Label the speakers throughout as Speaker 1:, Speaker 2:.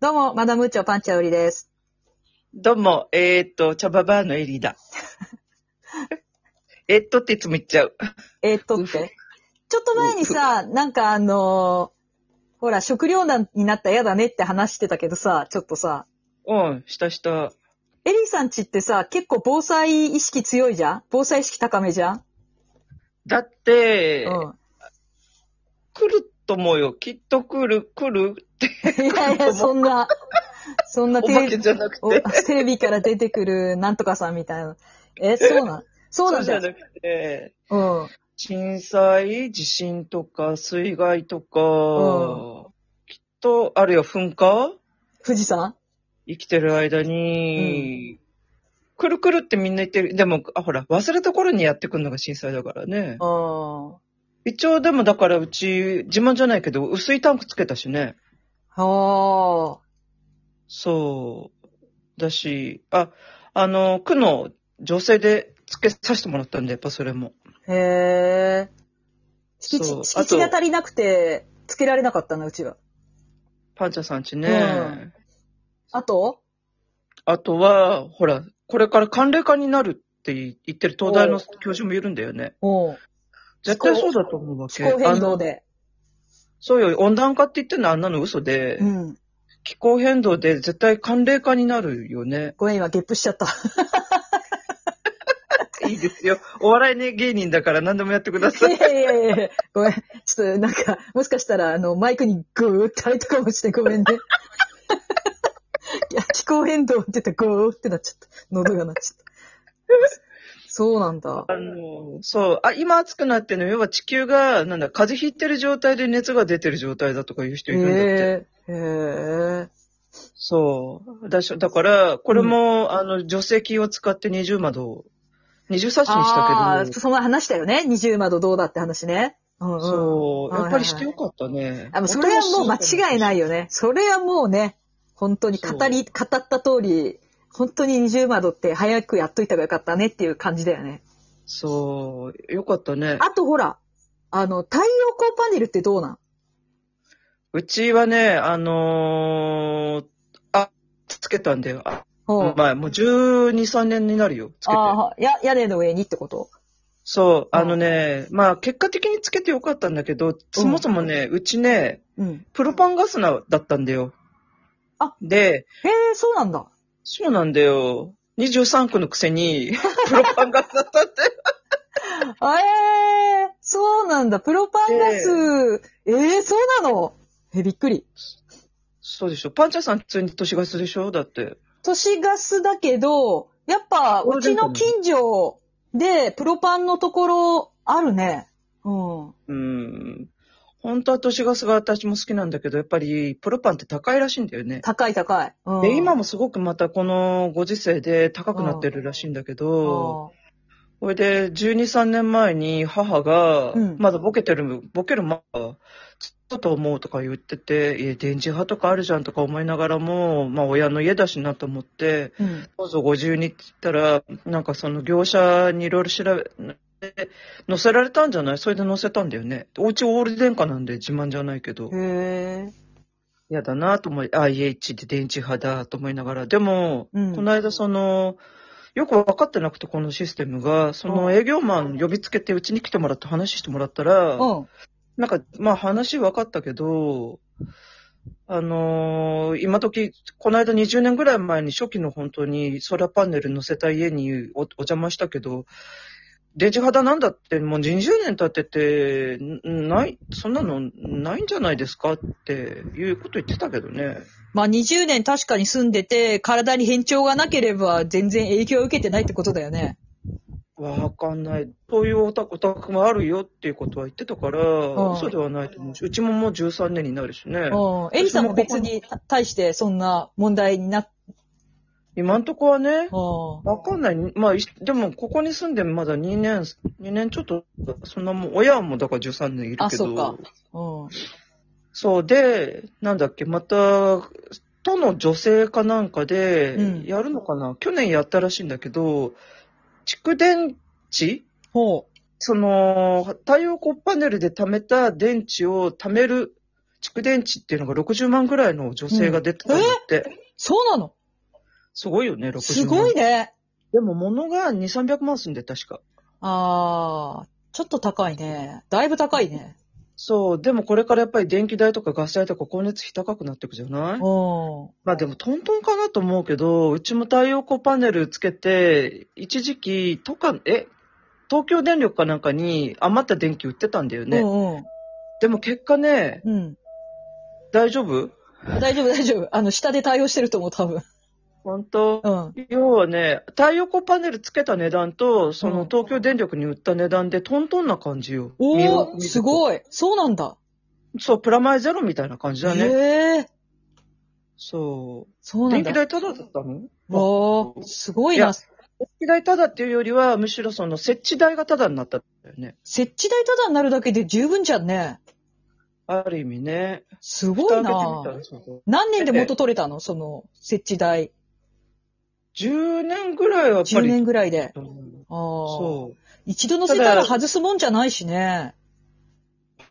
Speaker 1: どうも、マダムーチョパンチャウリです。
Speaker 2: どうも、えー、っと、茶ババアのエリーだ。 えっとっていつも言っちゃう。
Speaker 1: えーっとっ
Speaker 2: うふ
Speaker 1: て。ちょっと前にさ、なんかあのーほら、食糧難になったら嫌だねって話してたけどさ、ちょっとさ、
Speaker 2: うん、したした。
Speaker 1: エリーさんちってさ、結構防災意識強いじゃん防災意識高めじゃん、
Speaker 2: だって、
Speaker 1: うん。
Speaker 2: 来ると思うよ。きっと来る、来るって。
Speaker 1: いや いや、そんな、そんな
Speaker 2: お
Speaker 1: テ
Speaker 2: ま
Speaker 1: レ
Speaker 2: け
Speaker 1: ビ
Speaker 2: じゃなく
Speaker 1: お
Speaker 2: て。
Speaker 1: テレビから出てくるなんとかさんみたいな。え、そうなん そうなん
Speaker 2: じ
Speaker 1: だ
Speaker 2: ゃ
Speaker 1: よ。
Speaker 2: なくて、
Speaker 1: うん。
Speaker 2: 震災、地震とか、水害とか、
Speaker 1: う
Speaker 2: きっと、あるいは噴火
Speaker 1: 富士山
Speaker 2: 生きてる間に、くるくるってみんな言ってる。でも、あ、ほら、忘れた頃にやってくるのが震災だからね。
Speaker 1: うん。
Speaker 2: 一応でもだからうち、自慢じゃないけど、薄いタンクつけたしね。
Speaker 1: はあ。
Speaker 2: そう。だし、あ、あの、区の女性でつけさせてもらったんで、やっぱそれも。
Speaker 1: へえ。敷
Speaker 2: そう
Speaker 1: 地、
Speaker 2: あ
Speaker 1: 敷地
Speaker 2: と
Speaker 1: が足りなくて、つけられなかったな、うちは。
Speaker 2: パンチャさんちね。
Speaker 1: うんあと
Speaker 2: あとは、ほら、これから寒冷化になるって言ってる東大の教授もいるんだよね。
Speaker 1: うん。
Speaker 2: 絶対そうだと思うわ
Speaker 1: 気
Speaker 2: け。
Speaker 1: 候
Speaker 2: あ
Speaker 1: 変動
Speaker 2: の、
Speaker 1: で。
Speaker 2: そうよ、温暖化って言ってるのはあんなの嘘で、
Speaker 1: うん。
Speaker 2: 気候変動で絶対寒冷化になるよね。
Speaker 1: ごめん、今、ゲップしちゃ った。
Speaker 2: いいですよ。お笑いね芸人だから何でもやってください。
Speaker 1: いやいやいやいやごめん。ちょっと、なんか、もしかしたら、あの、マイクにグーって入ったかもしれん。ごめんね。いや、気候変動って言ってグーってなっちゃった。喉がなっちゃった。そうなんだ。
Speaker 2: あの、そう、あ、今暑くなってるの、要は地球が、なんだ、風邪ひいてる状態で熱が出てる状態だとかいう人いるんだって。
Speaker 1: へえ。へえ。
Speaker 2: そう。だし、だから、これも、あの、除石を使って二重窓を、二重冊子にした
Speaker 1: あ
Speaker 2: け
Speaker 1: ー
Speaker 2: ど、
Speaker 1: その話だよね。二重窓どうだって話ね。うんうん、
Speaker 2: そう、やっぱりして
Speaker 1: はいはいはい
Speaker 2: よかったね。。
Speaker 1: あ、もうそれはもう間違いないいよね。それはもうね、本当に語り、語った通り、本当に二重窓って早くやっといた方がよかったねっていう感じだよね。
Speaker 2: そう、よかったね。
Speaker 1: あとほら、あの、太陽光パネルってどうなん
Speaker 2: うちはね、あのーあ、つけたんだよ。あ
Speaker 1: ほう。
Speaker 2: 前、もう12、3年になるよ、つけて。
Speaker 1: ああ、や、屋根の上にってこと
Speaker 2: そう、
Speaker 1: うん
Speaker 2: あのね、まあ結果的につけてよかったんだけど、そもそもね、うちね、
Speaker 1: うん。
Speaker 2: プロパンガスなだったんだよ。
Speaker 1: あ
Speaker 2: で、
Speaker 1: へえ、そうなんだ。
Speaker 2: そうなんだよ。23区のくせ に、プロパンガスだったって。
Speaker 1: あえー、そうなんだ。プロパンガス。ええー、そうなのえ、びっくり。
Speaker 2: そうでしょ。パンチャさん普通に都市ガスでしょだって。
Speaker 1: 都市ガスだけど、やっぱ、うちの近所でプロパンのところあるね。うん。
Speaker 2: うん。本当は都市ガスが私も好きなんだけど、やっぱりプロパンって高いらしいんだよね。
Speaker 1: 高い高い。うん、
Speaker 2: で、今もすごくまたこのご時世で高くなってるらしいんだけど、それで、12、3年前に母が
Speaker 1: うん、
Speaker 2: まだボケてる、ボケる前は、ずっとと思うとか言ってて、いや、電磁波とかあるじゃんとか思いながらも、まあ親の家だしなと思って、
Speaker 1: うん。うん。
Speaker 2: どうぞ52って言ったら、なんかその業者にいろいろ調べ、載せられたんじゃないそれで載せたんだよね。お家オール電化なんで自慢じゃないけ
Speaker 1: へ
Speaker 2: ど、
Speaker 1: え。
Speaker 2: 嫌だなと思い、IH で電磁波だと思いながら、でも、
Speaker 1: うん
Speaker 2: この間その、よく分かってなくてこのシステムが、そ
Speaker 1: うん
Speaker 2: の営業マン呼びつけてうちに来てもらって話してもらったら、
Speaker 1: うん。
Speaker 2: なんか、まあ話分かったけど、あのー今時、この間20年ぐらい前に初期の本当にソーラーパネル乗せた家におお邪魔したけど、電磁肌なんだってもう20年経ってて、んない、そんなのないんじゃないですかっていうこと言ってたけどね。
Speaker 1: まあ、20年確かに住んでて、体に変調がなければ全然影響を受けてないってことだよね。
Speaker 2: わかんない。そういうオタオタクもあるよっていうことは言ってたから、
Speaker 1: ん
Speaker 2: 嘘ではないと思うし、うちももう13年になるしね。
Speaker 1: うん。エリさんも別に対してそんな問題になっ、
Speaker 2: 今んとこはね、
Speaker 1: うん。
Speaker 2: わかんない。まあ、いでも、ここに住んでまだ2年、2年ちょっと、そんなもん、親もだから13年いるけど。
Speaker 1: あそうかうん。
Speaker 2: そうで、なんだっけ、また、都の女性かなんか
Speaker 1: うん
Speaker 2: で、やるのかな、去年やったらしいんだけど、蓄電池
Speaker 1: ほう。
Speaker 2: その、太陽光パネルで貯めた電池を貯める蓄電池っていうのが60万ぐらいの女性が出てたんだって。
Speaker 1: そうなの
Speaker 2: すごいよね、60万。
Speaker 1: すごいね。
Speaker 2: でも物が2、300万すんで、確か。
Speaker 1: あー、ちょっと高いね。だいぶ高いね。
Speaker 2: そう、でもこれからやっぱり電気代とかガス代とか光熱費高くなっていくじゃない
Speaker 1: うん。
Speaker 2: まあでもトントンかなと思うけど、うちも太陽光パネルつけて、一時期、とか、え東京電力かなんかに余った電気売ってたんだよね。
Speaker 1: うん
Speaker 2: でも結果ね、
Speaker 1: うん。
Speaker 2: 大丈夫
Speaker 1: うん。大丈夫、大丈夫。あの、下で対応してると思う、多分。
Speaker 2: 本当
Speaker 1: うん。
Speaker 2: 要はね、太陽光パネルつけた値段と、そうの
Speaker 1: ん
Speaker 2: 東京電力に売った値段でトントンな感じよ。
Speaker 1: おー、す
Speaker 2: い。
Speaker 1: ごい。そうなんだ。
Speaker 2: そう、プラマイゼロみたいな感じだね。
Speaker 1: へえー、
Speaker 2: そ
Speaker 1: そう
Speaker 2: う。
Speaker 1: なん
Speaker 2: 電
Speaker 1: だ。
Speaker 2: 気代タダだったの
Speaker 1: わー、すごいない
Speaker 2: や。電気代タダっていうよりは、むしろその設置代がタダになったんだよね。
Speaker 1: 設置代ただになるだけで十分じゃんね。
Speaker 2: ある意味ね。
Speaker 1: すごい
Speaker 2: 蓋開けてみた
Speaker 1: な
Speaker 2: ら。そう
Speaker 1: 何年で元取れたのその、設置代。
Speaker 2: 10年ぐらいはやっぱ
Speaker 1: 10
Speaker 2: り。
Speaker 1: 年ぐらいで。あー
Speaker 2: そう。
Speaker 1: 一度乗せたら外すもんじゃないしね。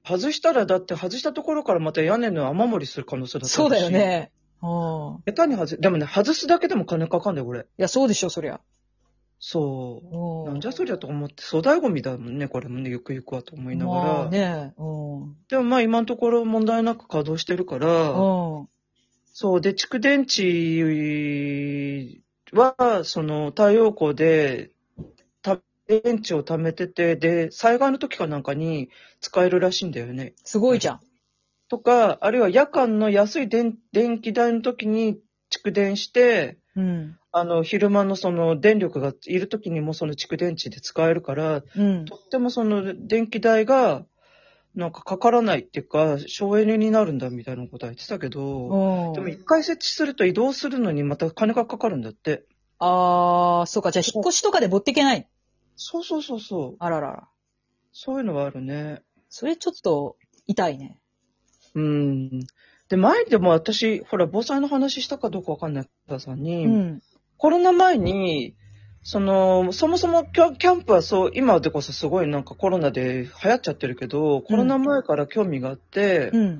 Speaker 2: 外したら、だって外したところからまた屋根の雨漏りする可能性だってあるし
Speaker 1: そうだよ。ね。うん。
Speaker 2: 下手に外、でもね、外すだけでも金かかんだよ、これ。
Speaker 1: いや、そうでしょ、そりゃ。
Speaker 2: そうう。
Speaker 1: ん
Speaker 2: なんじゃそりゃと思って、粗大ゴミだもんね、これもね、ゆくゆくはと思いながら。
Speaker 1: まあね。うん。うん。
Speaker 2: でもまあ今のところ問題なく稼働してるから、そう、で、蓄電池は、その太陽光で、た電池を貯めてて、で、災害の時かなんかに使えるらしいんだよね。
Speaker 1: すごいじゃん。
Speaker 2: とか、あるいは夜間の安い電電気代の時に蓄電して、
Speaker 1: うん。
Speaker 2: あの、昼間のその電力がいる時にもその蓄電池で使えるから、
Speaker 1: うん。
Speaker 2: とってもその電気代が、なんかかからないっていうか、省エネになるんだみたいなことは言ってたけど、でも
Speaker 1: うん。
Speaker 2: 一回設置すると移動するのにまた金がかかるんだって。
Speaker 1: あー、そうか。じゃあ、引っ越しとかで持っていけない。
Speaker 2: そうそうそうそう。
Speaker 1: あららら。
Speaker 2: そういうのはあるね。
Speaker 1: それちょっと、痛いね。
Speaker 2: うん。で、前でも私、ほら、防災の話したかどうかわかんない方さん
Speaker 1: う
Speaker 2: に、
Speaker 1: ん。
Speaker 2: コロナ前に、その、そもそもキャキャンプはそう、今でこそすごいなんかコロナで流行っちゃってるけど、コロナ前から興味があって、
Speaker 1: うん。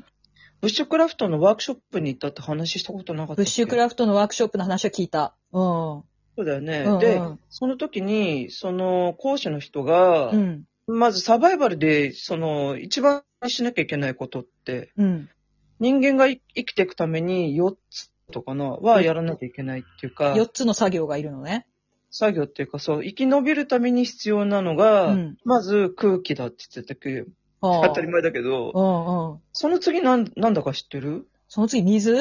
Speaker 2: ブッシュクラフトのワークショップに行ったって話したことなかった
Speaker 1: ブ
Speaker 2: っけ
Speaker 1: ッシュクラフトのワークショップの話を聞いた。うん。
Speaker 2: そうだよね。
Speaker 1: うんうん
Speaker 2: で、その時に、その講師の人が、
Speaker 1: うん。
Speaker 2: まずサバイバルで、その、一番しなきゃいけないことって、
Speaker 1: うん。
Speaker 2: 人間がい生きていくために4つとかな、はやらなきゃいけないっていうか、
Speaker 1: 4つの作業がいるのね。
Speaker 2: 作業っていうか、そう、生き延びるために必要なのが、
Speaker 1: うん
Speaker 2: まず空気だって言ってたけど、
Speaker 1: あー
Speaker 2: 当たり前だけど、
Speaker 1: うんうん。
Speaker 2: その次なん、なんだか知ってる
Speaker 1: その次、水
Speaker 2: っ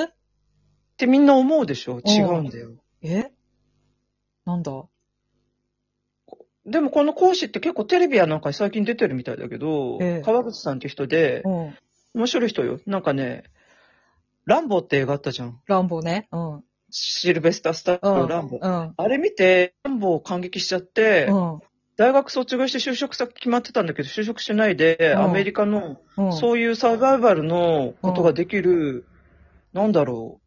Speaker 2: てみんな思うでしょ違うんだよ。
Speaker 1: えなんだ
Speaker 2: でもこの講師って結構テレビやなんかに最近出てるみたいだけど、
Speaker 1: ええ
Speaker 2: 川口さんって人で、
Speaker 1: うん。
Speaker 2: 面白い人よ。なんかね、ランボーって映画あったじゃん。
Speaker 1: 乱暴ね。うん。
Speaker 2: シルベスター・スター
Speaker 1: う
Speaker 2: の
Speaker 1: ん。
Speaker 2: ランボ
Speaker 1: う
Speaker 2: ー。
Speaker 1: ん。
Speaker 2: あれ見て、ランボーを感激しちゃって、
Speaker 1: うん。
Speaker 2: 大学卒業して就職先決まってたんだけど、就職しないで、
Speaker 1: うん
Speaker 2: アメリカの、
Speaker 1: うん。
Speaker 2: そういうサバイバルのことができる、なんだろ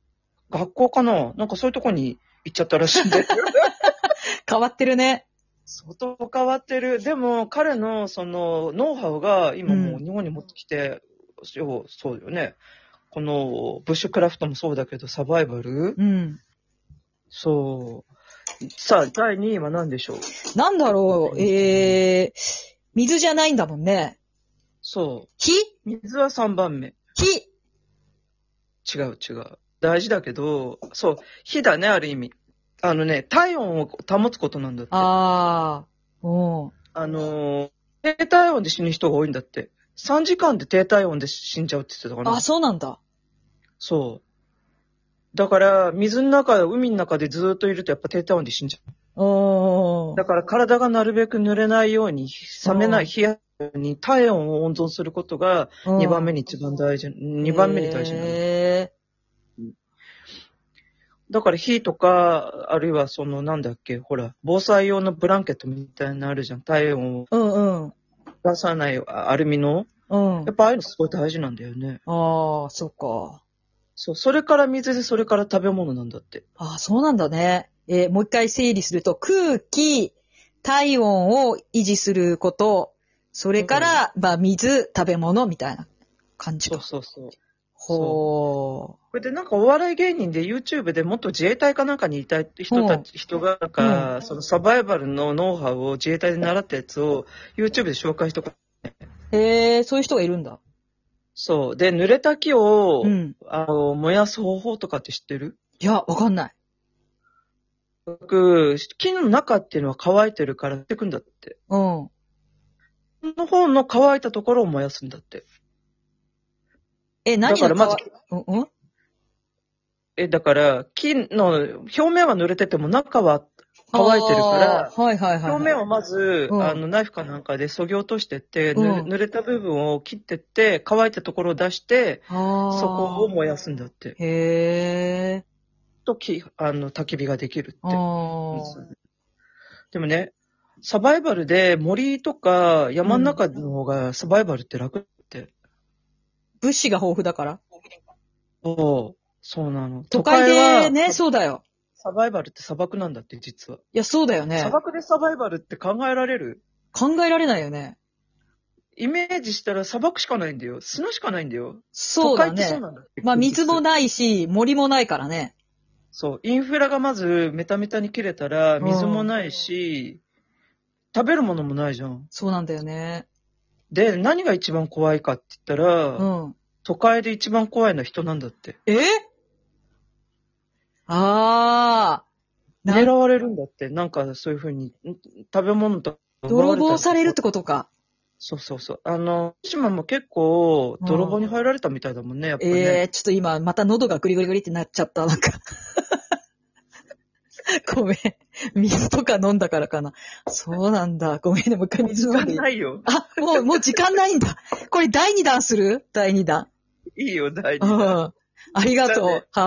Speaker 2: う、学校かななんかそういうとこに行っちゃったらしい んで。
Speaker 1: 変わってるね。
Speaker 2: 相当変わってる。でも、彼のそのノウハウが今もう日本に持ってきて、そうそうよね。このブッシュクラフトもそうだけど、サバイバル
Speaker 1: うん。
Speaker 2: そう。さあ、第2位は何でしょう
Speaker 1: なんだろう。えー、水じゃないんだもんね。
Speaker 2: そ
Speaker 1: 火
Speaker 2: う。水は3番目。
Speaker 1: 火
Speaker 2: 違う違う。大事だけど、そう。火だね、ある意味。あのね、体温を保つことなんだって。あ
Speaker 1: あー。うん。
Speaker 2: のー、低体温で死ぬ人が多いんだって。3時間で低体温で死んじゃうって言ってたから。
Speaker 1: あ、そうなんだ。
Speaker 2: そう。だから、水の中、海の中でずっといるとやっぱ低体温で死んじゃ
Speaker 1: うん
Speaker 2: う。。だから体がなるべく濡れないように、冷めな
Speaker 1: う
Speaker 2: い、冷やさないように体温を温存することが2番目に一番大事、二番目に大事なの。
Speaker 1: へ
Speaker 2: だから火とか、あるいはそのなんだっけ、ほら、防災用のブランケットみたいなのあるじゃん。体温を
Speaker 1: ー。うん
Speaker 2: 出さないあアルミの。
Speaker 1: うん。うん
Speaker 2: や。っぱああいうのすごい大事なんだよね。
Speaker 1: ああ、そっか。
Speaker 2: そう、それから水でそれから食べ物なんだって。
Speaker 1: ああ、そうなんだね。えーもう一回整理すると、空気、体温を維持すること、それから、まあ、水、食べ物みたいな感じ
Speaker 2: そう
Speaker 1: か。
Speaker 2: そうそう。
Speaker 1: ほ
Speaker 2: これでなんかお笑い芸人で YouTube でもっと自衛隊かなんかにいた人たち、人がなんか、そのサバイバルのノウハウを自衛隊で習ったやつを YouTube で紹介しとか、
Speaker 1: う。へえ、そういう人がいるんだ。
Speaker 2: そう。で、濡れた木を、
Speaker 1: うん。
Speaker 2: あの、燃やす方法とかって知ってる
Speaker 1: いや、わかんない。
Speaker 2: 僕、木の中っていうのは乾いてるからってくんだって。
Speaker 1: うん。
Speaker 2: その方の乾いたところを燃やすんだって。
Speaker 1: え、何が
Speaker 2: だからまず
Speaker 1: 変わうん、うん
Speaker 2: え、だから、木の表面は濡れてても中は乾いてるから
Speaker 1: あーはいはいはい。
Speaker 2: 表面をまず、
Speaker 1: うん
Speaker 2: あの、ナイフかなんかで削ぎ落としてって、
Speaker 1: うん
Speaker 2: ぬ濡れた部分を切ってって、乾いたところを出して、
Speaker 1: あー
Speaker 2: そこを燃やすんだって。
Speaker 1: へえ。
Speaker 2: と、き、あの、焚き火ができるって
Speaker 1: あ。ー
Speaker 2: でもね、サバイバルで森とか山の中の方がサバイバルって楽って。
Speaker 1: 物資が豊富だから。
Speaker 2: そう。そうなの。
Speaker 1: 都会でね、
Speaker 2: 都
Speaker 1: そうだよ。
Speaker 2: サバイバルって砂漠なんだって、実は。
Speaker 1: いや、そうだよね
Speaker 2: 砂。漠でサバイバルって考えられる
Speaker 1: 考えられないよね。
Speaker 2: イメージしたら砂漠しかないんだよ。砂しかないんだよ。
Speaker 1: そうだ
Speaker 2: 都会ってそう
Speaker 1: ね。
Speaker 2: なんだって
Speaker 1: まあ、水も
Speaker 2: な。
Speaker 1: ないし、森もないからね。
Speaker 2: そう。インフラがまずメタメタに切れたら、水もないし、食べるものもないじゃん。
Speaker 1: そうなんだよね。
Speaker 2: で、何が一番怖いかって言ったら、
Speaker 1: うん。
Speaker 2: 都会で一番怖いのは人なんだって。
Speaker 1: えああ。な
Speaker 2: 狙われるんだって。なんかそういうふうに、ん食べ物とか奪
Speaker 1: 泥
Speaker 2: われたりとか。
Speaker 1: 棒されるってことか。
Speaker 2: そうそうそう。あの、福島も結構、泥棒に入られたみたいだもんね、やっぱね。
Speaker 1: ええちょっと今、また喉がグリグリグリってなっちゃった。なんか。ごめん。水とか飲んだからかな。そうなんだ。ごめんね。もう一回水飲んでいい
Speaker 2: ないよ。
Speaker 1: あ、もう、もう時間ないんだ。これ第2弾する第2弾。
Speaker 2: いいよ、大
Speaker 1: う
Speaker 2: 事。
Speaker 1: ん。ありがとう。
Speaker 2: だね
Speaker 1: はい。